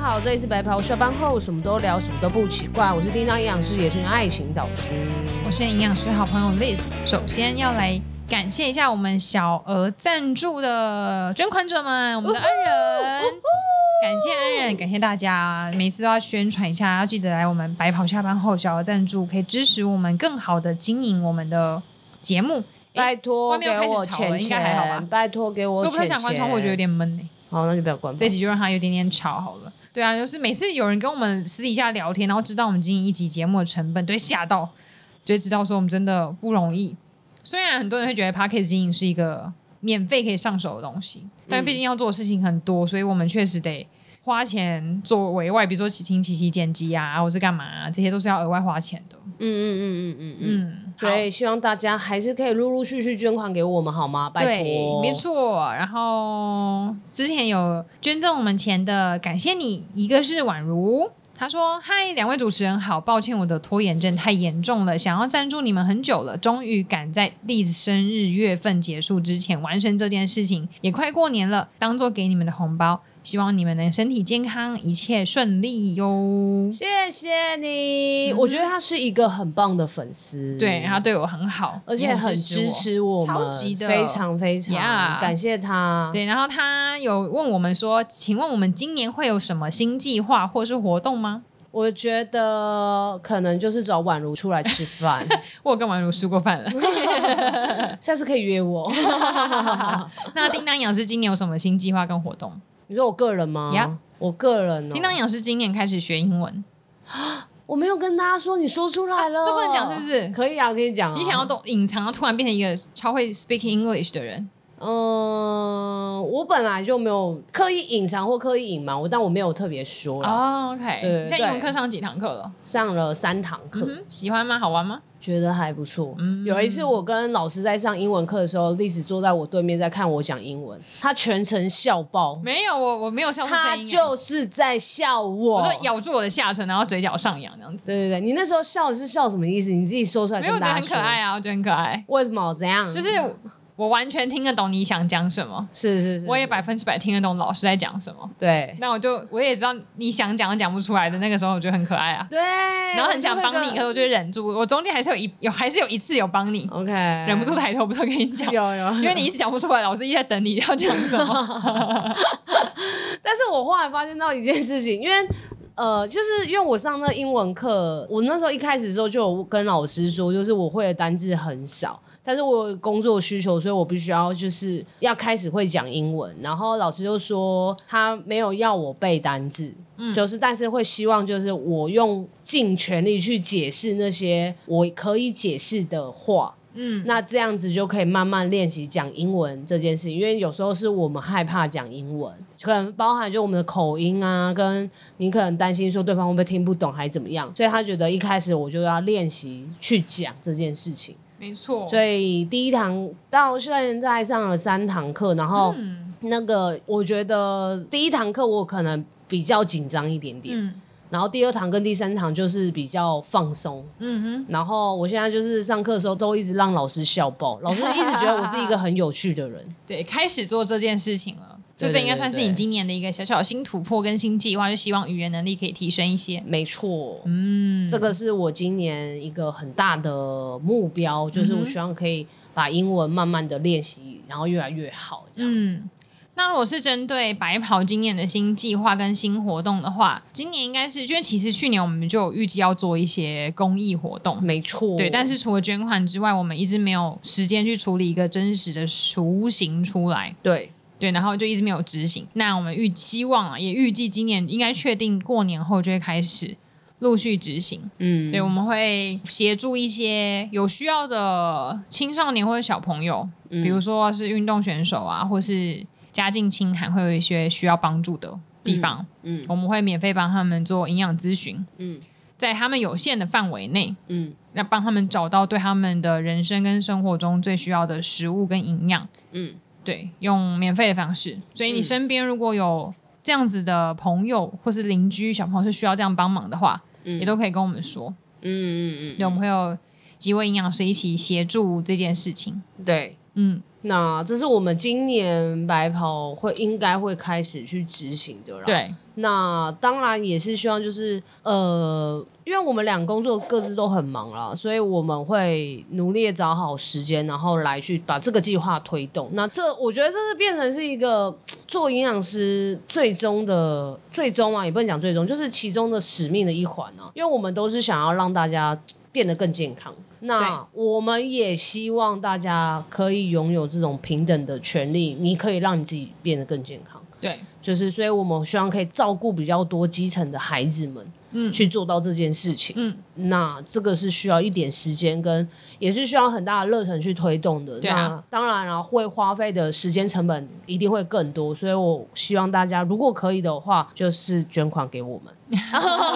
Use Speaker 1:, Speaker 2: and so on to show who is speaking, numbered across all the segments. Speaker 1: 好，这里是白袍。下班后什么都聊，什么都不奇怪。我是叮当营养师，也是你的爱情导师。
Speaker 2: 我是营养师好朋友 Liz，首先要来感谢一下我们小额赞助的捐款者们，我们的恩人，感谢恩人，感谢大家，每次都要宣传一下，要记得来我们白跑下班后小额赞助，可以支持我们更好的经营我们的节目。
Speaker 1: 拜托
Speaker 2: 外
Speaker 1: 给
Speaker 2: 面又开始
Speaker 1: 我
Speaker 2: 吵
Speaker 1: 钱
Speaker 2: 了应该还好吧
Speaker 1: 钱，拜托给我
Speaker 2: 如
Speaker 1: 钱
Speaker 2: 果不太想关窗户，我觉得有点闷、欸、
Speaker 1: 好，那就不要关吧
Speaker 2: 这。集就让它有点点吵好了。对啊，就是每次有人跟我们私底下聊天，然后知道我们经营一集节目的成本，都会吓到，就会知道说我们真的不容易。虽然很多人会觉得 p a c k a g e 经营是一个免费可以上手的东西，
Speaker 1: 嗯
Speaker 2: 但毕竟要做的事情很多，所以我们确实得花钱做委外，比如说请请琪琪剪辑啊，或是干嘛、啊，这些都是要额外花钱的。
Speaker 1: 嗯嗯嗯嗯嗯嗯。
Speaker 2: 嗯，
Speaker 1: 所以希望大家还是可以陆陆续续捐款给我们，好吗？拜
Speaker 2: 对，
Speaker 1: 托，
Speaker 2: 没。错。然后之前有捐赠我们钱的，感谢你。一个是宛如，他说：“嗨，两位主持人好，抱歉我的拖延症太严重了，想要赞助你们很久了，终于赶在栗子生日月份结束之前完成这件事情，也快过年了，当做给你们的红包。”希望你们能身体健康，一切顺利哟。
Speaker 1: 谢谢你，我觉得他是一个很棒的粉丝，
Speaker 2: 嗯对，他对我很好，
Speaker 1: 而且
Speaker 2: 也
Speaker 1: 很
Speaker 2: 支
Speaker 1: 支
Speaker 2: 我。
Speaker 1: 持我们，
Speaker 2: 超级的
Speaker 1: 非常非常
Speaker 2: Yeah
Speaker 1: 感谢他。
Speaker 2: 对，然后他有问我们说：“请问我们今年会有什么新计划或是活动吗
Speaker 1: 我觉得可能就是找宛如出来吃 饭，？”
Speaker 2: 我有跟宛如吃过 饭了。
Speaker 1: 下次可以约我。
Speaker 2: 那叮当养师今年有什么新计划跟活动？
Speaker 1: 你说我个人吗
Speaker 2: Yeah
Speaker 1: 我个人哦、
Speaker 2: 叮当养师今年开始学英文，
Speaker 1: 我没有跟大家说，你说出来了，
Speaker 2: 这不能讲是不是
Speaker 1: 可以啊，我跟你讲啊、
Speaker 2: 你想要懂隐藏，突然变成一个超会 speak English 的人，
Speaker 1: 嗯，我本来就没有刻意隐藏或刻意隐瞒，我但我没有特别说啦、
Speaker 2: 哦，OK、o k
Speaker 1: 对对
Speaker 2: 在英文课上几堂课了？
Speaker 1: 上了三堂课，
Speaker 2: 嗯哼，喜欢吗？好玩吗？
Speaker 1: 觉得还不错。
Speaker 2: 嗯
Speaker 1: 有一次我跟老师在上英文课的时候，历史坐在我对面在看我讲英文，他全程笑爆，
Speaker 2: 没有，我我没有笑出
Speaker 1: 他
Speaker 2: 声音，欸
Speaker 1: 就是在笑我。
Speaker 2: 我就咬住我的下唇，然后嘴角上扬这样子。
Speaker 1: 对对对，你那时候笑是笑什么意思？你自己说出来
Speaker 2: 没有，我
Speaker 1: 跟
Speaker 2: 觉得
Speaker 1: 大家
Speaker 2: 很
Speaker 1: 说。嗯
Speaker 2: 可爱啊，我觉得很可爱。
Speaker 1: 为什么？怎样？
Speaker 2: 就是我完全听得懂你想讲什么，
Speaker 1: 是是是，
Speaker 2: 我也百分之百听得懂老师在讲什么。
Speaker 1: 对
Speaker 2: 那我就我也知道你想讲讲不出来的那个时候，我觉得很可爱啊，
Speaker 1: 对，然
Speaker 2: 然后很想帮你，可是我就忍住。我中间还是有一有还是有一次有帮你，
Speaker 1: OK，
Speaker 2: 忍不住抬头不知道跟你讲，
Speaker 1: 有有，
Speaker 2: 因为你一直讲不出来，老师一直在等你要讲什 么。
Speaker 1: 但是我后来发现到一件事情，因为。呃，就是因为我上那英文课，我那时候一开始的时候就有跟老师说，就是我会的单字很少，但是我有工作需求，所以我必须要就是要开始会讲英文。然后老师就说他没有要我背单字，就是但是会希望就是我用尽全力去解释那些我可以解释的话。
Speaker 2: 嗯，
Speaker 1: 那这样子就可以慢慢练习讲英文这件事情，因为有时候是我们害怕讲英文，可能包含就我们的口音啊，跟你可能担心说对方会不会听不懂还怎么样，所以他觉得一开始我就要练习去讲这件事情。
Speaker 2: 没错。
Speaker 1: 所以第一堂到现在上了三堂课，然后
Speaker 2: 嗯
Speaker 1: 那个我觉得第一堂课我可能比较紧张一点点，
Speaker 2: 嗯
Speaker 1: 然后第二堂跟第三堂就是比较放松，
Speaker 2: 嗯
Speaker 1: 然后我现在就是上课的时候都一直让老师笑爆，老师一直觉得我是一个很有趣的人
Speaker 2: 哼，。对，开始做这件事情了，
Speaker 1: 对
Speaker 2: 所
Speaker 1: 对
Speaker 2: 以这应该算是
Speaker 1: 对
Speaker 2: 你
Speaker 1: 对
Speaker 2: 今年的一个小小的新突破跟新计划，就希望语言能力可以提升一些。
Speaker 1: 没错，
Speaker 2: 嗯，
Speaker 1: 这个是我今年一个很大的目标，
Speaker 2: 嗯
Speaker 1: 就是我希望可以把英文慢慢的练习，然后越来越好。这样子，
Speaker 2: 嗯，那如果是针对白袍今年的新计划跟新活动的话，今年应该是因为其实去年我们就有预计要做一些公益活动。
Speaker 1: 没错，
Speaker 2: 嗯对，但是除了捐款之外，我们一直没有时间去处理一个真实的雏形出来，
Speaker 1: 对
Speaker 2: 对，然后就一直没有执行。那我们预期望啊，也预计今年应该确定过年后就会开始陆续执行。
Speaker 1: 嗯，
Speaker 2: 对，我们会协助一些有需要的青少年或者小朋友，
Speaker 1: 嗯
Speaker 2: 比如说是运动选手啊，或是家境清寒，会有一些需要帮助的地方，
Speaker 1: 嗯
Speaker 2: 我们会免费帮他们做营养咨询，
Speaker 1: 嗯
Speaker 2: 在他们有限的范围内，
Speaker 1: 嗯
Speaker 2: 那帮他们找到对他们的人生跟生活中最需要的食物跟营养。
Speaker 1: 嗯，
Speaker 2: 对，用免费的方式。所以你
Speaker 1: 嗯
Speaker 2: 身边如果有这样子的朋友或是邻居小朋友是需要这样帮忙的话，
Speaker 1: 嗯
Speaker 2: 也都可以跟我们说。
Speaker 1: 嗯嗯嗯
Speaker 2: 对，我们会有几位营养师一起协助这件事情。
Speaker 1: 嗯，对。
Speaker 2: 嗯，
Speaker 1: 那这是我们今年白跑会应该会开始去执行的啦。，
Speaker 3: 对，
Speaker 1: 那当然也是希望就是呃，因为我们俩工作各自都很忙啦，所以我们会努力地找好时间，然后来去把这个计划推动。那这我觉得这是变成是一个做营养师最终的最终啊，也不能讲最终，就是其中的使命的一环啊，因为我们都是想要让大家。变得更健康，那我们也希望大家可以拥有这种平等的权利，你可以让你自己变得更健康。
Speaker 3: 对，
Speaker 1: 就是，所以我们希望可以照顾比较多基层的孩子们，
Speaker 2: 嗯
Speaker 1: 去做到这件事情。
Speaker 2: 嗯，
Speaker 1: 那这个是需要一点时间，跟也是需要很大的热忱去推动的。
Speaker 3: 对啊
Speaker 1: 那当然了、会花费的时间成本一定会更多，所以我希望大家如果可以的话，就是捐款给我们。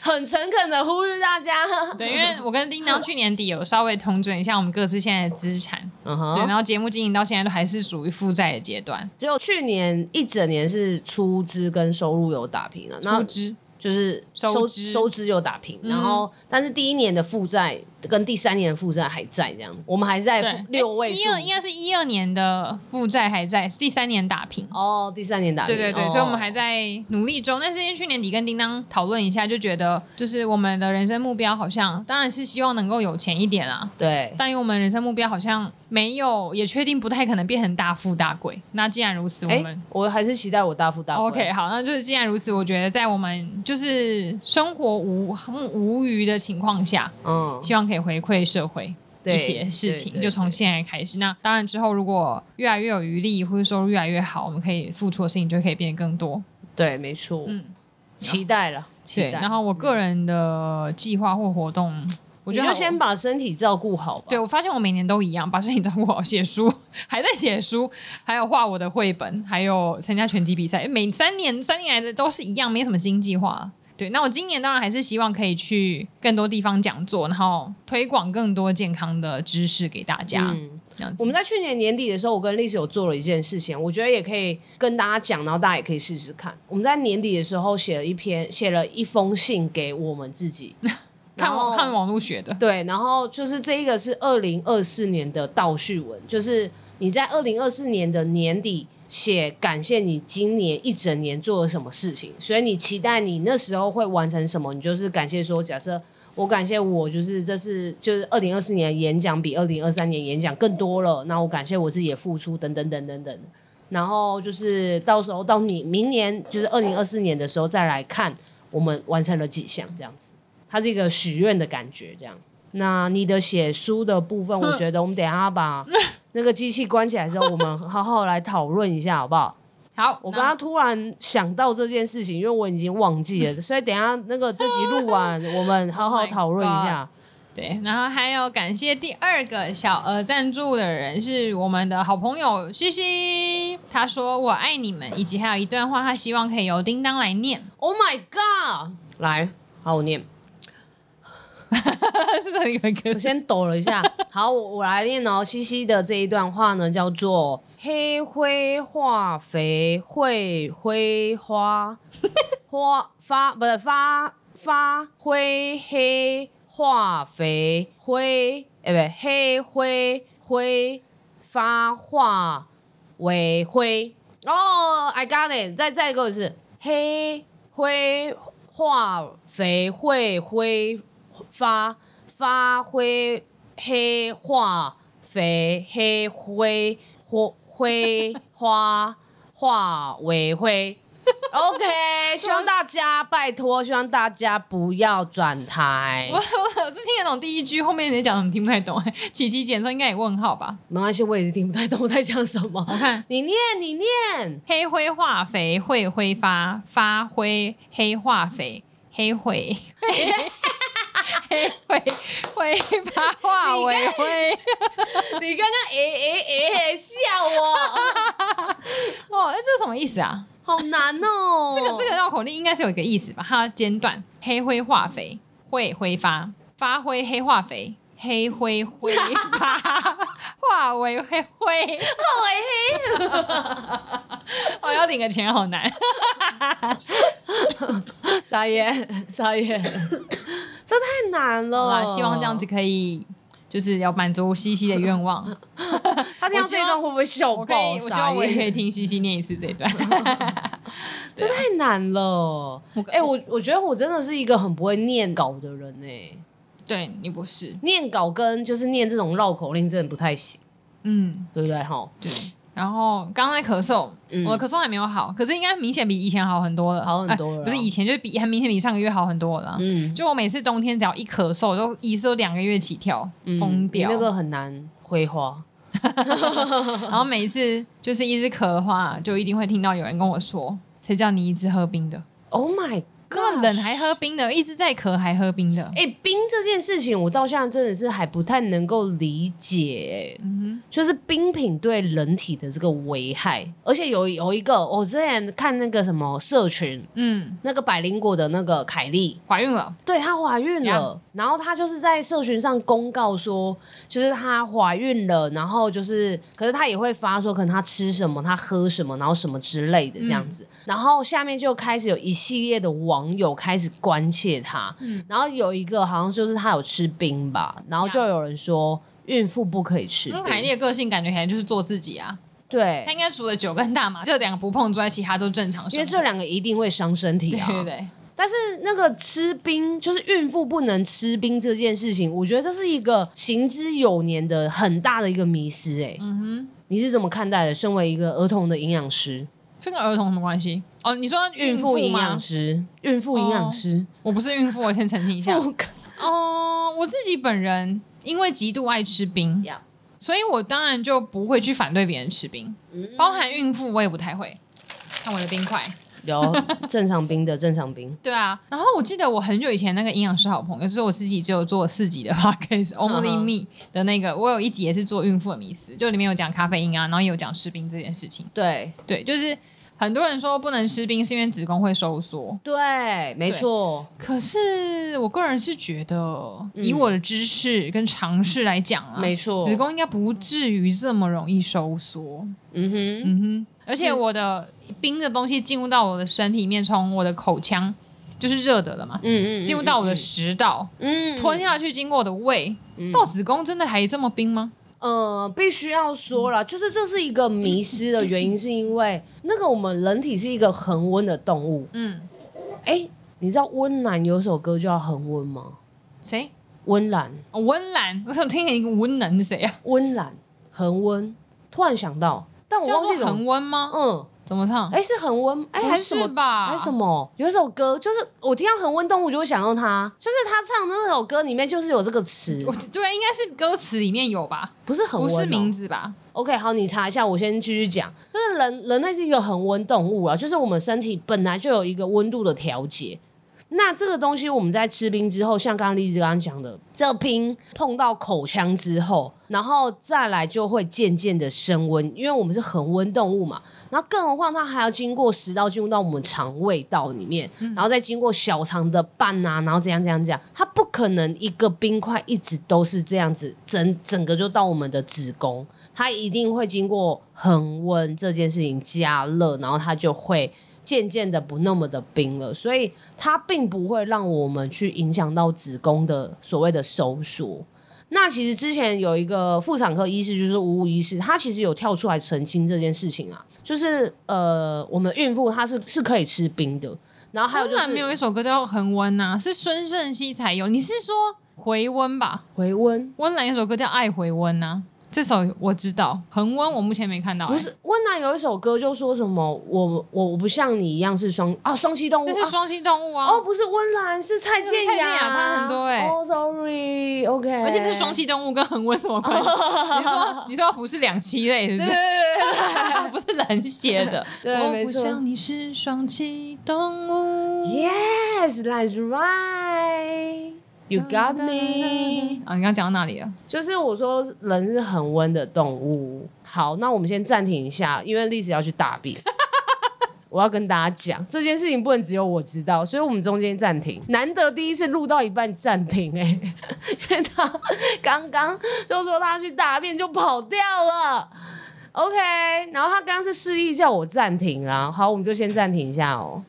Speaker 1: 很诚恳的呼吁大家。
Speaker 2: 对，因啊为我跟叮当去年底有稍微统整一下我们各自现在的资产，
Speaker 1: 嗯
Speaker 2: 对，
Speaker 1: 哼，
Speaker 2: 然后节目经营到现在都还是属于负债的阶段，
Speaker 1: 只有去年一整年是出资跟收入有打平了，那
Speaker 2: 出资，
Speaker 1: 就是
Speaker 2: 收
Speaker 1: 收
Speaker 2: 支
Speaker 1: 收支有打平，
Speaker 2: 嗯
Speaker 1: 然后但是第一年的负债跟第三年的负债还在这样子，我们还是在负
Speaker 2: 对，
Speaker 1: 哎六位数
Speaker 2: 哎一二应该是一二年的负债还在，第三年打平。
Speaker 1: 哦，第三年打平
Speaker 2: 对对对，
Speaker 1: 哦
Speaker 2: 所以我们还在努力中。但是因为去年底跟叮当讨论一下，就觉得就是我们的人生目标好像当然是希望能够有钱一点啦，
Speaker 1: 对
Speaker 2: 但因为我们人生目标好像没有，也确定不太可能变成大富大贵。那既然如此，我
Speaker 1: 哎
Speaker 2: 们，、
Speaker 1: 我还是期待我大富大贵
Speaker 2: OK 好，那就是既然如此，我觉得在我们就是生活无无余的情况下，
Speaker 1: 嗯，
Speaker 2: 希望可以回馈社会。
Speaker 1: 对
Speaker 2: 一些事情
Speaker 1: 对对
Speaker 2: 就从现在开始。那当然之后，如果越来越有余力，或者收入越来越好，我们可以付出的事情就可以变得更多。
Speaker 1: 对，没错，
Speaker 2: 嗯，
Speaker 1: 期待了，期
Speaker 2: 对。
Speaker 1: 待。
Speaker 2: 然后我个人的计划或活动，我
Speaker 1: 我
Speaker 2: 觉得
Speaker 1: 就
Speaker 2: 好
Speaker 1: 先把身体照顾好吧。
Speaker 2: 对，我发现我每年都 一样，把事情照顾好，写书，还在写书，还有画我的绘本，还有参加拳击比赛，每三年三年来的都是一样，没什么新计划。对，那我今年当然还是希望可以去更多地方讲座，然后推广更多健康的知识给大家，
Speaker 1: 嗯，
Speaker 2: 这样子。
Speaker 1: 我们在去年年底的时候，我跟历史有做了一件事情，我觉得也可以跟大家讲，然后大家也可以试试看。我们在年底的时候写了一篇，写了一封信给我们自己，然
Speaker 2: 看
Speaker 1: 后
Speaker 2: 网看网络学的，
Speaker 1: 对，然后就是这一个是二零二四年的倒叙文，就是你在二零二四年的年底写感谢你今年一整年做了什么事情，所以你期待你那时候会完成什么，你就是感谢说，假设我感谢我就是这次就是二零二四年的演讲比二零二三年演讲更多了，那我感谢我自己的付出等等等等等。然后就是到时候到你明年就是二零二四年的时候再来看我们完成了几项这样子，它是一个许愿的感觉这样。那你的写书的部分，我觉得我们等一下 把那个机器关起来之后，我们好好来讨论一下，好不好？
Speaker 2: 好，
Speaker 1: 我
Speaker 2: 那
Speaker 1: 刚刚突然想到这件事情，因为我已经忘记了，所以等一下那个这集录 完，我们好好讨论一下。
Speaker 2: 对，然后还有感谢第二个小额赞助的人是我们的好朋友西西，他说我爱你们，以及还有一段话，他希望可以由叮当来念，
Speaker 1: Oh my god！来，好，我念，
Speaker 2: 是的一个歌
Speaker 1: 我先抖了一下。好，我我来念哦。西西的这一段话呢，叫做“黑灰化肥会挥花花发不是发发灰黑化肥灰哎、不不黑灰灰发化为灰哦、i got it，再再给我一次，黑灰化肥会挥发发灰黑化肥黑灰灰灰花化为灰。OK，希望大家拜托，希望大家不要转台
Speaker 2: 我，我我是听得懂第一句，后面你讲什么听不太懂。 琪琪简说应该也问号吧？
Speaker 1: 没关系，我也是听不太懂我在讲什么。
Speaker 2: 我看
Speaker 1: 你念，你念，
Speaker 2: 黑灰化肥会挥发，发灰黑化肥黑 灰。黑灰挥发化为灰，
Speaker 1: 你刚刚诶诶诶诶笑我，
Speaker 2: 哦，那这是什么意思啊？
Speaker 1: 好难哦。
Speaker 2: 这个这个绕口令应该是有一个意思吧？它间断，黑灰化肥会挥发，发挥黑化肥，黑灰挥发， 化为灰灰，我、哦要领个钱好难。
Speaker 1: 傻眼，傻眼，这太难
Speaker 2: 好
Speaker 1: 了
Speaker 2: 哦啦，。希望这样子可以就是要满足西西的愿 望。
Speaker 1: 他听到这一段会不会笑
Speaker 2: 我可以，
Speaker 1: 爆？
Speaker 2: 我希
Speaker 1: 傻
Speaker 2: 望我也可
Speaker 1: 眼，
Speaker 2: 以听西西念一次这一段。
Speaker 1: 这太难了。
Speaker 2: 我
Speaker 1: 哎、我我觉得我真的是一个很不会念稿的人哎、
Speaker 2: 对你不是，
Speaker 1: 念稿跟就是念这种绕口令真的不太行，
Speaker 2: 嗯，
Speaker 1: 对不对？哈，
Speaker 2: 对。然后刚刚在咳嗽，
Speaker 1: 嗯
Speaker 2: 我的咳嗽还没有好，可是应该明显比以前好很多了，
Speaker 1: 好很多了
Speaker 2: 哎不是以前，就是比很明显比上个月好很多了啦。
Speaker 1: 嗯，
Speaker 2: 就我每次冬天只要一咳嗽，都一次都两个月起跳，
Speaker 1: 嗯
Speaker 2: 疯、
Speaker 1: 你
Speaker 2: 掉。
Speaker 1: 那个很难挥花，
Speaker 2: 然后每一次就是一直咳的话，就一定会听到有人跟我说：“谁叫你一直喝冰的？
Speaker 1: Oh my
Speaker 2: 根本
Speaker 1: god！
Speaker 2: 冷还喝冰的，一直在咳还喝冰的。
Speaker 1: 哎、冰这件事情，我到现在真的是还不太能够理解、哎
Speaker 2: 嗯
Speaker 1: 就是冰品对人体的这个危害。而且有有一个，我之前看那个什么社群，
Speaker 2: 哼，嗯，
Speaker 1: 那个百灵果的那个凯莉，
Speaker 2: 怀孕了，
Speaker 1: 对她怀孕了，然后她就是在社群上公告说，就是她怀孕了，然后就是，可是她也会发说，可能她吃什么，她喝什么，然后什么之类的这样
Speaker 2: 嗯
Speaker 1: 子，然后下面就开始有一系列的网友开始关切她，
Speaker 2: 嗯
Speaker 1: 然后有一个好像就是她有吃冰吧，然后就有人说。孕妇不可以吃
Speaker 2: 因
Speaker 1: 冰
Speaker 2: 为，凯莉的个性感觉起来就是做自己啊。
Speaker 1: 对
Speaker 2: 她，应该除了酒跟大麻这两个不碰之外，其他都正常生活。
Speaker 1: 因为这两个一定会伤身体
Speaker 2: 对
Speaker 1: 啊。
Speaker 2: 对对，
Speaker 1: 但是那个吃冰，就是孕妇不能吃冰这件事情，我觉得这是一个行之有年的很大的一个迷失、欸。哎、
Speaker 2: 嗯哼。
Speaker 1: 你是怎么看待的？身为一个儿童的营养师、
Speaker 2: 这跟儿童有什么关系？哦，你说
Speaker 1: 孕
Speaker 2: 妇哦
Speaker 1: 妇营
Speaker 2: 吗
Speaker 1: 养？师、孕妇营养师，
Speaker 2: 我不是孕妇，我先澄清一下。
Speaker 1: 妇科
Speaker 2: 哦，我自己本人因为极度爱吃冰，所以我当然就不会去反对别人吃冰，
Speaker 1: 嗯
Speaker 2: 包含孕妇我也不太会。看我的冰块，
Speaker 1: 有正常冰的正常冰，
Speaker 2: 对啊。然后我记得我很久以前那个营养师好朋友，就是我自己只有做四集的 podcast Only
Speaker 1: 嗯
Speaker 2: Me 的那个，我有一集也是做孕妇的迷思，就里面有讲咖啡因啊，然后也有讲吃冰这件事情。
Speaker 1: 对
Speaker 2: 对，就是很多人说不能吃冰是因为子宫会收缩，
Speaker 1: 对，没错，
Speaker 2: 可是我个人是觉得，
Speaker 1: 嗯
Speaker 2: 以我的知识跟尝试来讲啊，
Speaker 1: 没错
Speaker 2: 子宫应该不至于这么容易收缩。
Speaker 1: 嗯哼，
Speaker 2: 嗯哼，而且我的冰的东西进入到我的身体里面，从我的口腔就是热的了嘛，
Speaker 1: 嗯嗯，
Speaker 2: 进入到我的食道，
Speaker 1: 嗯
Speaker 2: 吞下去，经过我的胃，
Speaker 1: 嗯
Speaker 2: 到子宫真的还这么冰吗？
Speaker 1: 呃，必须要说
Speaker 2: 嗯
Speaker 1: 了，就是这是一个迷失的 原因，是因为那个我们人体是一个恒温的动物。
Speaker 2: 嗯，
Speaker 1: 哎、你知道温岚有首歌叫《恒温》吗？
Speaker 2: 谁？
Speaker 1: 温岚，
Speaker 2: 哦温岚，我想听见一个温岚是谁啊？
Speaker 1: 温岚，恒温。突然想到，但我
Speaker 2: 叫
Speaker 1: 忘
Speaker 2: 做
Speaker 1: 记怎么
Speaker 2: 恒，温吗？
Speaker 1: 嗯，
Speaker 2: 怎么唱？
Speaker 1: 哎、是恒温，哎、
Speaker 2: 不
Speaker 1: 还是什么？
Speaker 2: 吧？
Speaker 1: 还是什？么？有一首歌，就是我听到恒温动物就会想到它，就是他唱的那首歌里面就是有这个词
Speaker 2: 我，对啊，应该是歌词里面有吧？
Speaker 1: 不是恒
Speaker 2: 不
Speaker 1: 温、啊
Speaker 2: 是名。字吧？
Speaker 1: OK，好，你查一下，我先继续讲。就是人，人类是一个恒温动物啊，就是我们身体本来就有一个温度的调节。那这个东西我们在吃冰之后，像刚刚栗子刚刚讲的，这冰碰到口腔之后，然后再来就会渐渐的升温，因为我们是恒温动物嘛。然后更何况它还要经过食道进入到我们肠胃道里面，然后再经过小肠的瓣啊，然后怎样怎样怎样，它不可能一个冰块一直都是这样子，整整个就到我们的子宫。它一定会经过恒温这件事情加热，然后它就会渐渐的不那么的冰了，所以它并不会让我们去影响到子宫的所谓的收缩。那其实之前有一个妇产科医师，就是五五医师，他其实有跳出来澄清这件事情啊，就是呃，我们孕妇她是是可以吃冰的，然后还有就
Speaker 2: 当啊然没有
Speaker 1: 是
Speaker 2: 一首歌叫《恒温》呐，是孙盛希才有。你是说回温吧？
Speaker 1: 回温，
Speaker 2: 温岚有首歌叫《爱回温》呐，这首我知道。恒温我目前没看到、欸，
Speaker 1: 不，是温娜有一首歌就说什么我我我不像你一样是双啊双栖动物
Speaker 2: 那
Speaker 1: 啊
Speaker 2: 是双栖动物啊。
Speaker 1: 哦，不是温岚，是蔡健
Speaker 2: 那是蔡健雅差很多欸
Speaker 1: 哦、s o r r y o k
Speaker 2: 而且那 是双。栖动物跟恒温什么关系？你说你说不是两栖类，是不
Speaker 1: 对
Speaker 2: 是
Speaker 1: 对？对对
Speaker 2: 不是冷血的，
Speaker 1: 对
Speaker 2: 我
Speaker 1: 没
Speaker 2: 不
Speaker 1: 错
Speaker 2: 像你是双栖动物。
Speaker 1: 对，Yes, that's right. You got me.
Speaker 2: 啊！你刚刚讲到哪里了？
Speaker 1: 就是我说人是恒温的动物。好，那我们先暂停一下，因为历史要去大 便。我要跟大家讲这件事情不能只有我知道，所以我们中间暂停，难得第一次录到一半暂停哎、 因为他刚刚就说他去大便就跑掉了，OK，然后他刚刚是示意叫我暂停啦，好，我们就先暂停一下哦、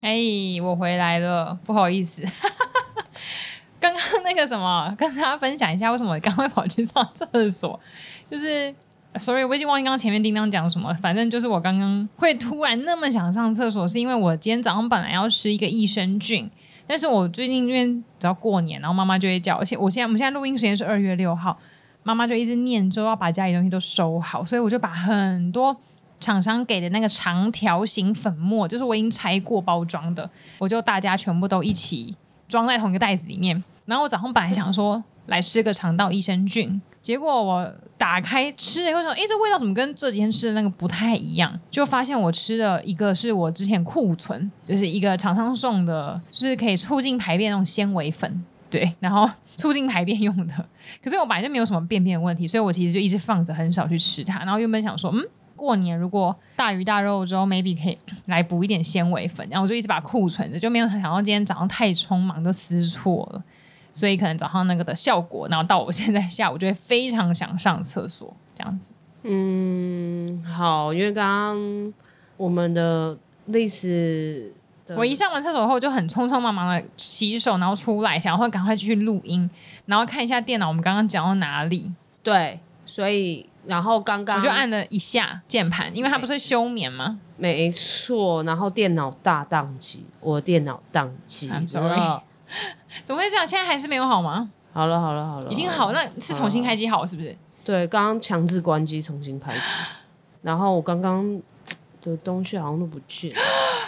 Speaker 2: 哎，我回来了，不好意思。刚刚那个什么，跟大家分享一下为什么我刚会跑去上厕所，就是。sorry，我已呃经忘记刚刚前面叮当讲什么了，反正就是我刚刚会突然那么想上厕所，是因为我今天早上本来要吃一个益生菌，但是我最近因为只要过年，然后妈妈就会叫，而且我现在我们现在录音时间是二月六号，妈妈就一直念说要把家里东西都收好，所以我就把很多厂商给的那个长条形粉末，就是我已经拆过包装的，我就大家全部都一起装在同一个袋子里面。然后我早上本来想说来吃个肠道益生菌，结果我打开吃了以后想，诶，这味道怎么跟这几天吃的那个不太一样？就发现我吃的一个是我之前库存，就是一个厂商送的，就是可以促进排便那种纤维粉。对，然后促进排便用的，可是我本来就没有什么便便的问题，所以我其实就一直放着，很少去吃它。然后原本想说，嗯，过年如果大鱼大肉之后，maybe 可以 来补一点纤维粉，然后我就一直把它库存着，就没有想到今天早上太匆忙都撕错了，所以可能早上那个的效果，然后到我现在下午就会非常想上厕所这样子。
Speaker 1: 嗯，好，因为刚刚我们的历史的，
Speaker 2: 我一上完厕所后就很匆匆忙忙的洗手，然后出来，想要赶快继续录音，然后看一下电脑我们刚刚讲到哪里，
Speaker 1: 对，所以然后刚刚
Speaker 2: 我就按了一下键盘，因为它不是休眠吗？
Speaker 1: 没错，然后电脑大宕机，我的电脑宕机
Speaker 2: I'm sorry
Speaker 1: 了。
Speaker 2: 怎么会这样？现在还是没有好吗？
Speaker 1: 好了好了好了，
Speaker 2: 已经好，那是重新开机好是不是？
Speaker 1: 对，刚刚强制关机，重新开机。 然后我刚刚的东西好像都不见了，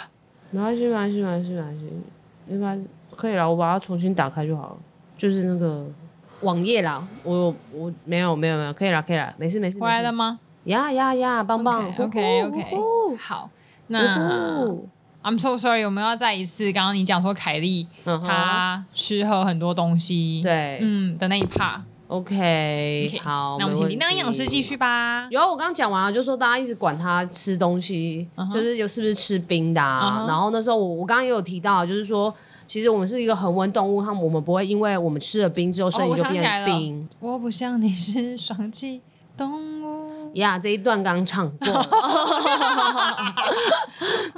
Speaker 1: 没关系，没关系，没关系，没关系，应该可以了。我把它重新打开就好了，就是那个网页啦。我我没有没有没有，可以了可以了，没事没事。
Speaker 2: 回来了
Speaker 1: 没
Speaker 2: 吗？
Speaker 1: 事呀呀呀，棒棒
Speaker 2: OK OK，
Speaker 1: 呼呼
Speaker 2: 好，
Speaker 1: 呼
Speaker 2: 那
Speaker 1: 呼
Speaker 2: I'm so sorry，我们要再一次刚刚你讲说凯莉
Speaker 1: 嗯哼，
Speaker 2: 她吃喝很多东西，，
Speaker 1: 对
Speaker 2: 嗯的那一 part，
Speaker 1: ，OK，
Speaker 2: OK，
Speaker 1: 好，
Speaker 2: 那我们
Speaker 1: 没
Speaker 2: 请
Speaker 1: 问
Speaker 2: 叮当
Speaker 1: 题
Speaker 2: 营养师继续吧。
Speaker 1: 有啊，我刚刚讲完了，就说大家一直管他吃东西
Speaker 2: 嗯哼
Speaker 1: 就是有是不是吃冰的、啊
Speaker 2: 嗯哼
Speaker 1: 然后那时候我我刚刚也有提到，就是说其实我们是一个恒温动物，他们我们不会因为我们吃了冰之后身
Speaker 2: 哦
Speaker 1: 体
Speaker 2: 我
Speaker 1: 就
Speaker 2: 想起来
Speaker 1: 变
Speaker 2: 了
Speaker 1: 冰。
Speaker 2: 我不像你是双栖动物，
Speaker 1: 呀这一段刚唱 过。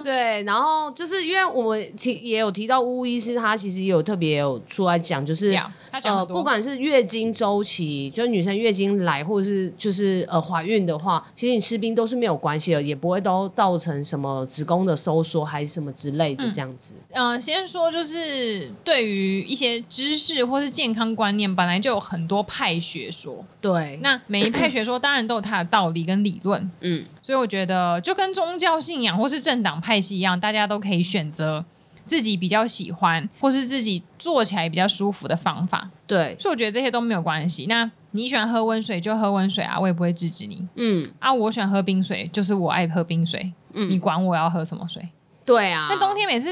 Speaker 1: 对，然后就是因为我们提也有提到巫医师，他其实也有特别有出来讲，就是。
Speaker 2: 呀他讲
Speaker 1: 呃，
Speaker 2: 很多
Speaker 1: 不管是月经周期，就是女生月经来，或者是就是呃怀孕的话，其实你吃冰都是没有关系的，也不会都造成什么子宫的收缩还是什么之类的这样子。
Speaker 2: 嗯、先说就是对于一些知识或是健康观念，本来就有很多派学说。
Speaker 1: 对，
Speaker 2: 那每一派学说当然都有它的道理跟理论，
Speaker 1: 嗯，
Speaker 2: 所以我觉得就跟宗教信仰或是政党派系一样，大家都可以选择自己比较喜欢或是自己做起来比较舒服的方法。
Speaker 1: 对，
Speaker 2: 所以我觉得这些都没有关系。那你喜欢喝温水就喝温水啊，我也不会制止你
Speaker 1: 嗯
Speaker 2: 啊。我喜欢喝冰水，就是我爱喝冰水，你
Speaker 1: 嗯，
Speaker 2: 管我要喝什么水？
Speaker 1: 对啊。
Speaker 2: 那冬天每次，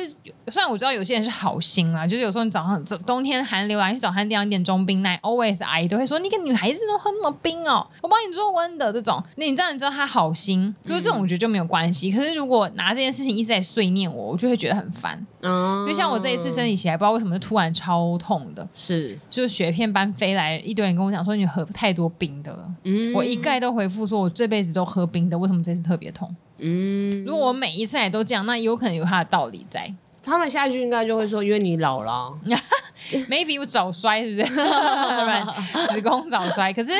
Speaker 2: 虽然我知道有些人是好心啦，就是有时候你早上冬天寒流来去早餐店要一点中冰奶，always 阿姨都会说你个女孩子都喝那么冰哦，我帮你做温的这种。那你这样你知道她好心，就是这种我觉得就没有关系。可是如果拿这件事情一直在碎念我，我就会觉得很烦。
Speaker 1: 嗯，
Speaker 2: 因为像我这一次生理期来，不知道为什么就突然超痛的，
Speaker 1: 是，
Speaker 2: 就是雪片般飞来，一堆人跟我讲说你喝太多冰的了。
Speaker 1: 嗯，
Speaker 2: 我一概都回复说，我这辈子都喝冰的，为什么这次特别痛？
Speaker 1: 嗯，
Speaker 2: 如果我每一次来都这样，那有可能有它的道理在。
Speaker 1: 他们下一句应该就会说，因为你老了啊，
Speaker 2: 嗯 maybe 我早衰是不 是？然子宫早衰。可是，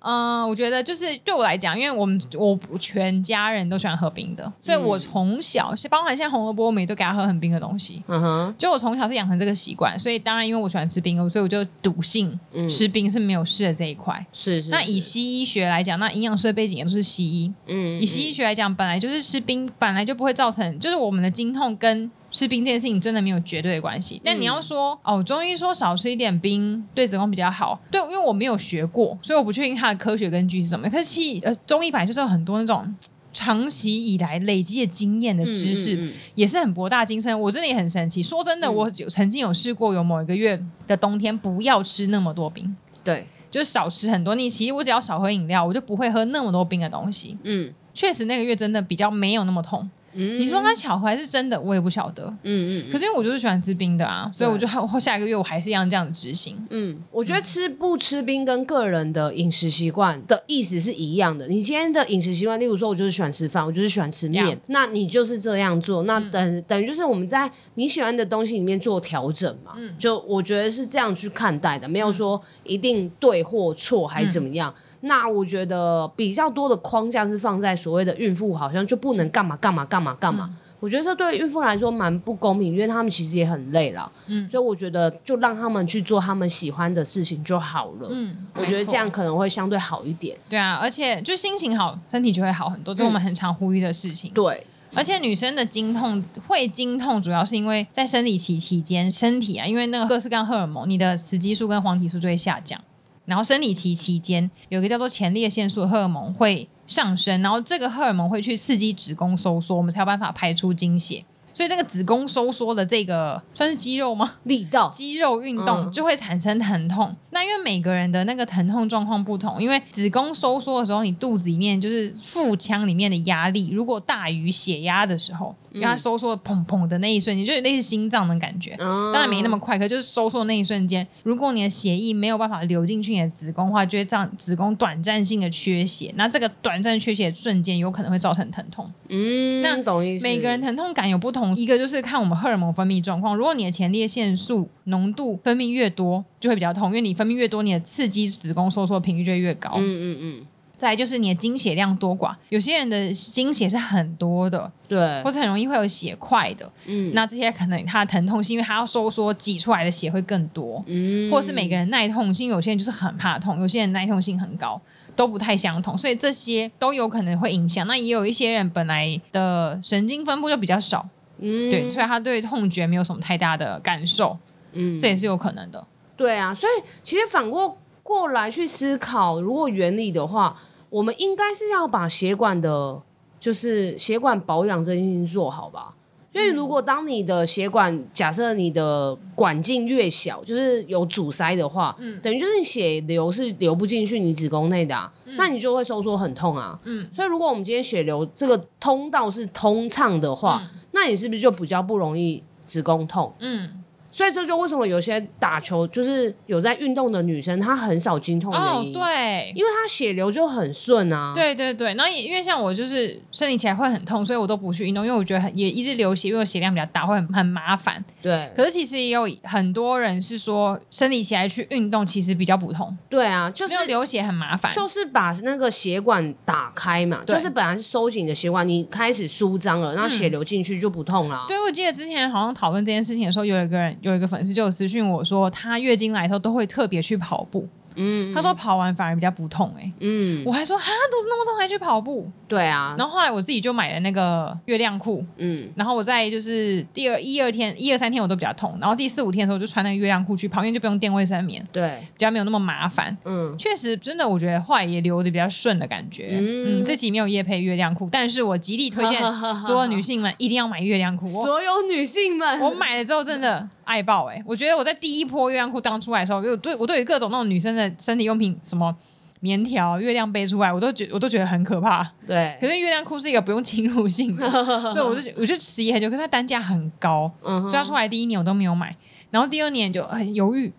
Speaker 2: 嗯、我觉得就是对我来讲，因为我们我全家人都喜欢喝冰的，所以我从小是包含像红萝卜，我们也都给他喝很冰的东西。
Speaker 1: 嗯哼，
Speaker 2: 就我从小是养成这个习惯，所以当然因为我喜欢吃冰，所以我就笃信
Speaker 1: 嗯，
Speaker 2: 吃冰是没有事的这一块。
Speaker 1: 是是，
Speaker 2: 那以
Speaker 1: 是
Speaker 2: 西医学来讲，那营养师的背景也都是西医。
Speaker 1: 嗯
Speaker 2: 以西医
Speaker 1: 嗯
Speaker 2: 学来讲，本来就是吃冰，本来就不会造成，就是我们的经痛跟吃冰这件事情真的没有绝对的关系。但你
Speaker 1: 嗯
Speaker 2: 要说、哦，中医说少吃一点冰对子宫比较好，对，因为我没有学过，所以我不确定它的科学根据是什么。可是西呃，中医本来就是有很多那种长期以来累积的经验的
Speaker 1: 嗯
Speaker 2: 知识，
Speaker 1: 嗯嗯
Speaker 2: 也是很博大精深。我真的也很神奇。说真的，
Speaker 1: 嗯
Speaker 2: 我有曾经有试过，有某一个月的冬天不要吃那么多冰。
Speaker 1: 对，
Speaker 2: 就是少吃很多，你其实我只要少喝饮料，我就不会喝那么多冰的东西。
Speaker 1: 嗯
Speaker 2: 确实那个月真的比较没有那么痛，
Speaker 1: 嗯
Speaker 2: 你说它巧合还是真的，我也不晓得。
Speaker 1: 嗯
Speaker 2: 可是因为我就是喜欢吃冰的啊，所以我就后下一个月我还是一样这样子执行。
Speaker 1: 嗯，我觉得吃不吃冰跟个人的饮食习惯的意思是一样的。你今天的饮食习惯，例如说，我就是喜欢吃饭，我就是喜欢吃面
Speaker 2: Yeah
Speaker 1: 那你就是这样做，那等、等于就是我们在你喜欢的东西里面做调整嘛。就我觉得是这样去看待的，没有说一定对或错还是怎么样。那我觉得比较多的框架是放在所谓的孕妇好像就不能干嘛干嘛干嘛干嘛。我觉得这对孕妇来说蛮不公平，因为他们其实也很累了。
Speaker 2: 嗯
Speaker 1: 所以我觉得就让他们去做他们喜欢的事情就好了。
Speaker 2: 嗯，
Speaker 1: 我觉得
Speaker 2: 没错
Speaker 1: 这样可能会相对好一点。
Speaker 2: 对啊，而且就心情好，身体就会好很
Speaker 1: 嗯
Speaker 2: 多，这是我们很常呼吁的事情。
Speaker 1: 对，
Speaker 2: 而且女生的经痛会经痛，主要是因为在生理期期间，身体啊，因为那个各式各样荷尔蒙，你的雌激素跟黄体素就会下降。然后生理期期间有一个叫做前列腺素的荷尔蒙会上升，然后这个荷尔蒙会去刺激子宫收缩，我们才有办法排出经血。所以这个子宫收缩的这个算是肌肉吗？
Speaker 1: 力道，
Speaker 2: 肌肉运动
Speaker 1: 嗯
Speaker 2: 就会产生疼痛。那因为每个人的那个疼痛状况不同，因为子宫收缩的时候，你肚子里面就是腹腔里面的压力，如果大于血压的时候，因为它收缩砰砰的那一瞬间，就有类似心脏的感觉。
Speaker 1: 当
Speaker 2: 当然没那么快，可就是收缩的那一瞬间，如果你的血液没有办法流进去你的子宫的话，就会让子宫短暂性的缺血。那这个短暂缺血的瞬间有可能会造成疼痛。
Speaker 1: 嗯，
Speaker 2: 那
Speaker 1: 懂意思。
Speaker 2: 每个人疼痛感有不同，一个就是看我们荷尔蒙分泌状况。如果你的前列腺素浓度分泌越多，就会比较痛，因为你分泌越多，你的刺激子宫收缩频率就会越高。
Speaker 1: 嗯嗯嗯，
Speaker 2: 再来就是你的经血量多寡，有些人的经血是很多的，
Speaker 1: 对
Speaker 2: 或，是很容易会有血块的。
Speaker 1: 嗯
Speaker 2: 那这些可能他的疼痛是因为他要收缩挤出来的血会更多，
Speaker 1: 嗯
Speaker 2: 或是每个人耐痛性，有些人就是很怕痛，有些人耐痛性很高，都不太相同，所以这些都有可能会影响。那也有一些人本来的神经分布就比较少，
Speaker 1: 嗯
Speaker 2: 对，所以他对痛觉没有什么太大的感受，
Speaker 1: 嗯
Speaker 2: 这也是有可能的。
Speaker 1: 对啊，所以其实反过过来去思考，如果原理的话，我们应该是要把血管的，就是血管保养这件事情做好吧。因为如果当你的血管，假设你的管径越小，就是有阻塞的话，
Speaker 2: 嗯
Speaker 1: 等于就是你血流是流不进去你子宫内的、啊，那你就会收缩很痛啊。
Speaker 2: 嗯，
Speaker 1: 所以如果我们今天血流这个通道是通畅的话，
Speaker 2: 嗯
Speaker 1: 那你是不是就比较不容易子宫痛？
Speaker 2: 嗯，
Speaker 1: 所以这就为什么有些打球就是有在运动的女生，她很少经痛的
Speaker 2: 哦
Speaker 1: 原，因，
Speaker 2: 对。
Speaker 1: 因为她血流就很顺啊。，
Speaker 2: 对对对，然后也因为像我就是生理起来会很痛，所以我都不去运动，因为我觉得很也一直流血，因为我血量比较大，会很很麻烦。
Speaker 1: 对，
Speaker 2: 可是其实也有很多人是说，生理起来去运动其实比较不痛，
Speaker 1: 对啊，就
Speaker 2: 就是是流血很麻烦。
Speaker 1: 就是把那个血管打开嘛，
Speaker 2: 对
Speaker 1: 就是本来是收紧的血管，你开始舒张了，那血流进去就不痛啦。
Speaker 2: 对，我记得之前好像讨论这件事情的时候，有一个人有一个粉丝就有私讯我说，她月经来的时候都会特别去跑步，
Speaker 1: 嗯，
Speaker 2: 她说跑完反而比较不痛、欸，
Speaker 1: 嗯，
Speaker 2: 我还说哈肚子那么痛还去跑步，
Speaker 1: 对啊，
Speaker 2: 然后后来我自己就买了那个月亮裤，
Speaker 1: 嗯
Speaker 2: 然后我在就是第二一二天一二三天我都比较痛，然后第四五天的时候我就穿那个月亮裤去跑，因为就不用垫卫生棉，
Speaker 1: 对，
Speaker 2: 比较没有那么麻烦。
Speaker 1: 嗯
Speaker 2: 确实，真的，我觉得后来也流的比较顺的感觉。
Speaker 1: 嗯
Speaker 2: 嗯这集没有夜配月亮裤，但是我极力推荐 所有女性们一定要买月亮裤。我
Speaker 1: 所有女性们，
Speaker 2: 我买了之后真的爱爆哎、我觉得我在第一波月亮裤刚出来的时候，我对我对于各种那种女生的身体用品，什么棉条、月亮杯出来，我都觉我都觉得很可怕。可
Speaker 1: 对，
Speaker 2: 是月亮裤是一个不用侵入性的，所以我就觉我就迟疑很久，可是它单价很高，
Speaker 1: 嗯哼
Speaker 2: 所以它出来第一年我都没有买，然后第二年就很犹豫，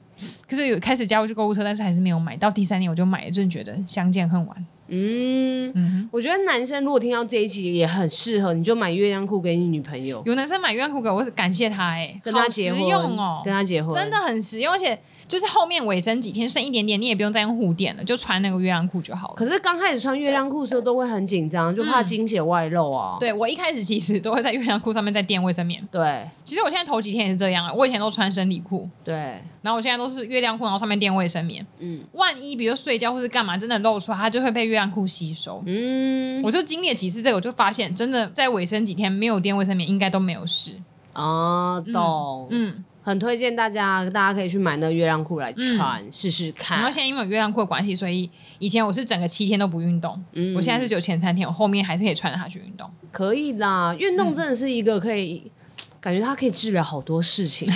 Speaker 2: 可是有开始加入去购物车，但是还是没有买到第三年我就买了，真的觉得相见恨晚。
Speaker 1: 嗯。
Speaker 2: 嗯
Speaker 1: 我觉得男生如果听到这一集也很适合，你就买月亮裤给你女朋友
Speaker 2: 哼，，有男生买月亮裤给我，我感谢他哎、
Speaker 1: 跟
Speaker 2: 好
Speaker 1: 他
Speaker 2: 实
Speaker 1: 结婚，
Speaker 2: 用哦，
Speaker 1: 跟他结婚，
Speaker 2: 真的很实用，而且就是后面尾声几天剩一点点，你也不用再用护垫了，就穿那个月亮裤就好了。
Speaker 1: 可是刚开始穿月亮裤的时候都会很紧张，就怕经血外露啊。
Speaker 2: 嗯对我一开始其实都会在月亮裤上面再垫卫生棉，
Speaker 1: 对
Speaker 2: 其实我现在头几天也是这样啊，我以前都穿生理裤，
Speaker 1: 对，
Speaker 2: 然后我现在都是月亮裤，然后上面垫卫生棉。
Speaker 1: 嗯
Speaker 2: 万一比如睡觉或是干嘛真的露出来，它就会被月亮裤吸收。
Speaker 1: 嗯
Speaker 2: 我就经历了几次这个，我就发现真的在尾声几天没有垫卫生棉，应该都没有事。
Speaker 1: 啊，懂，
Speaker 2: 嗯，
Speaker 1: 很推荐大家，大家可以去买那个月亮裤来穿、试试
Speaker 2: 然后
Speaker 1: 看
Speaker 2: 现。在因为有月亮裤的关系，所以以前我是整个七天都不运动，
Speaker 1: 嗯
Speaker 2: 我现在是只有前三天，我后面还是可以穿着它去运动。
Speaker 1: 可以啦，运
Speaker 2: 嗯
Speaker 1: 动真的是一个可以，感觉它可以治疗好多事情，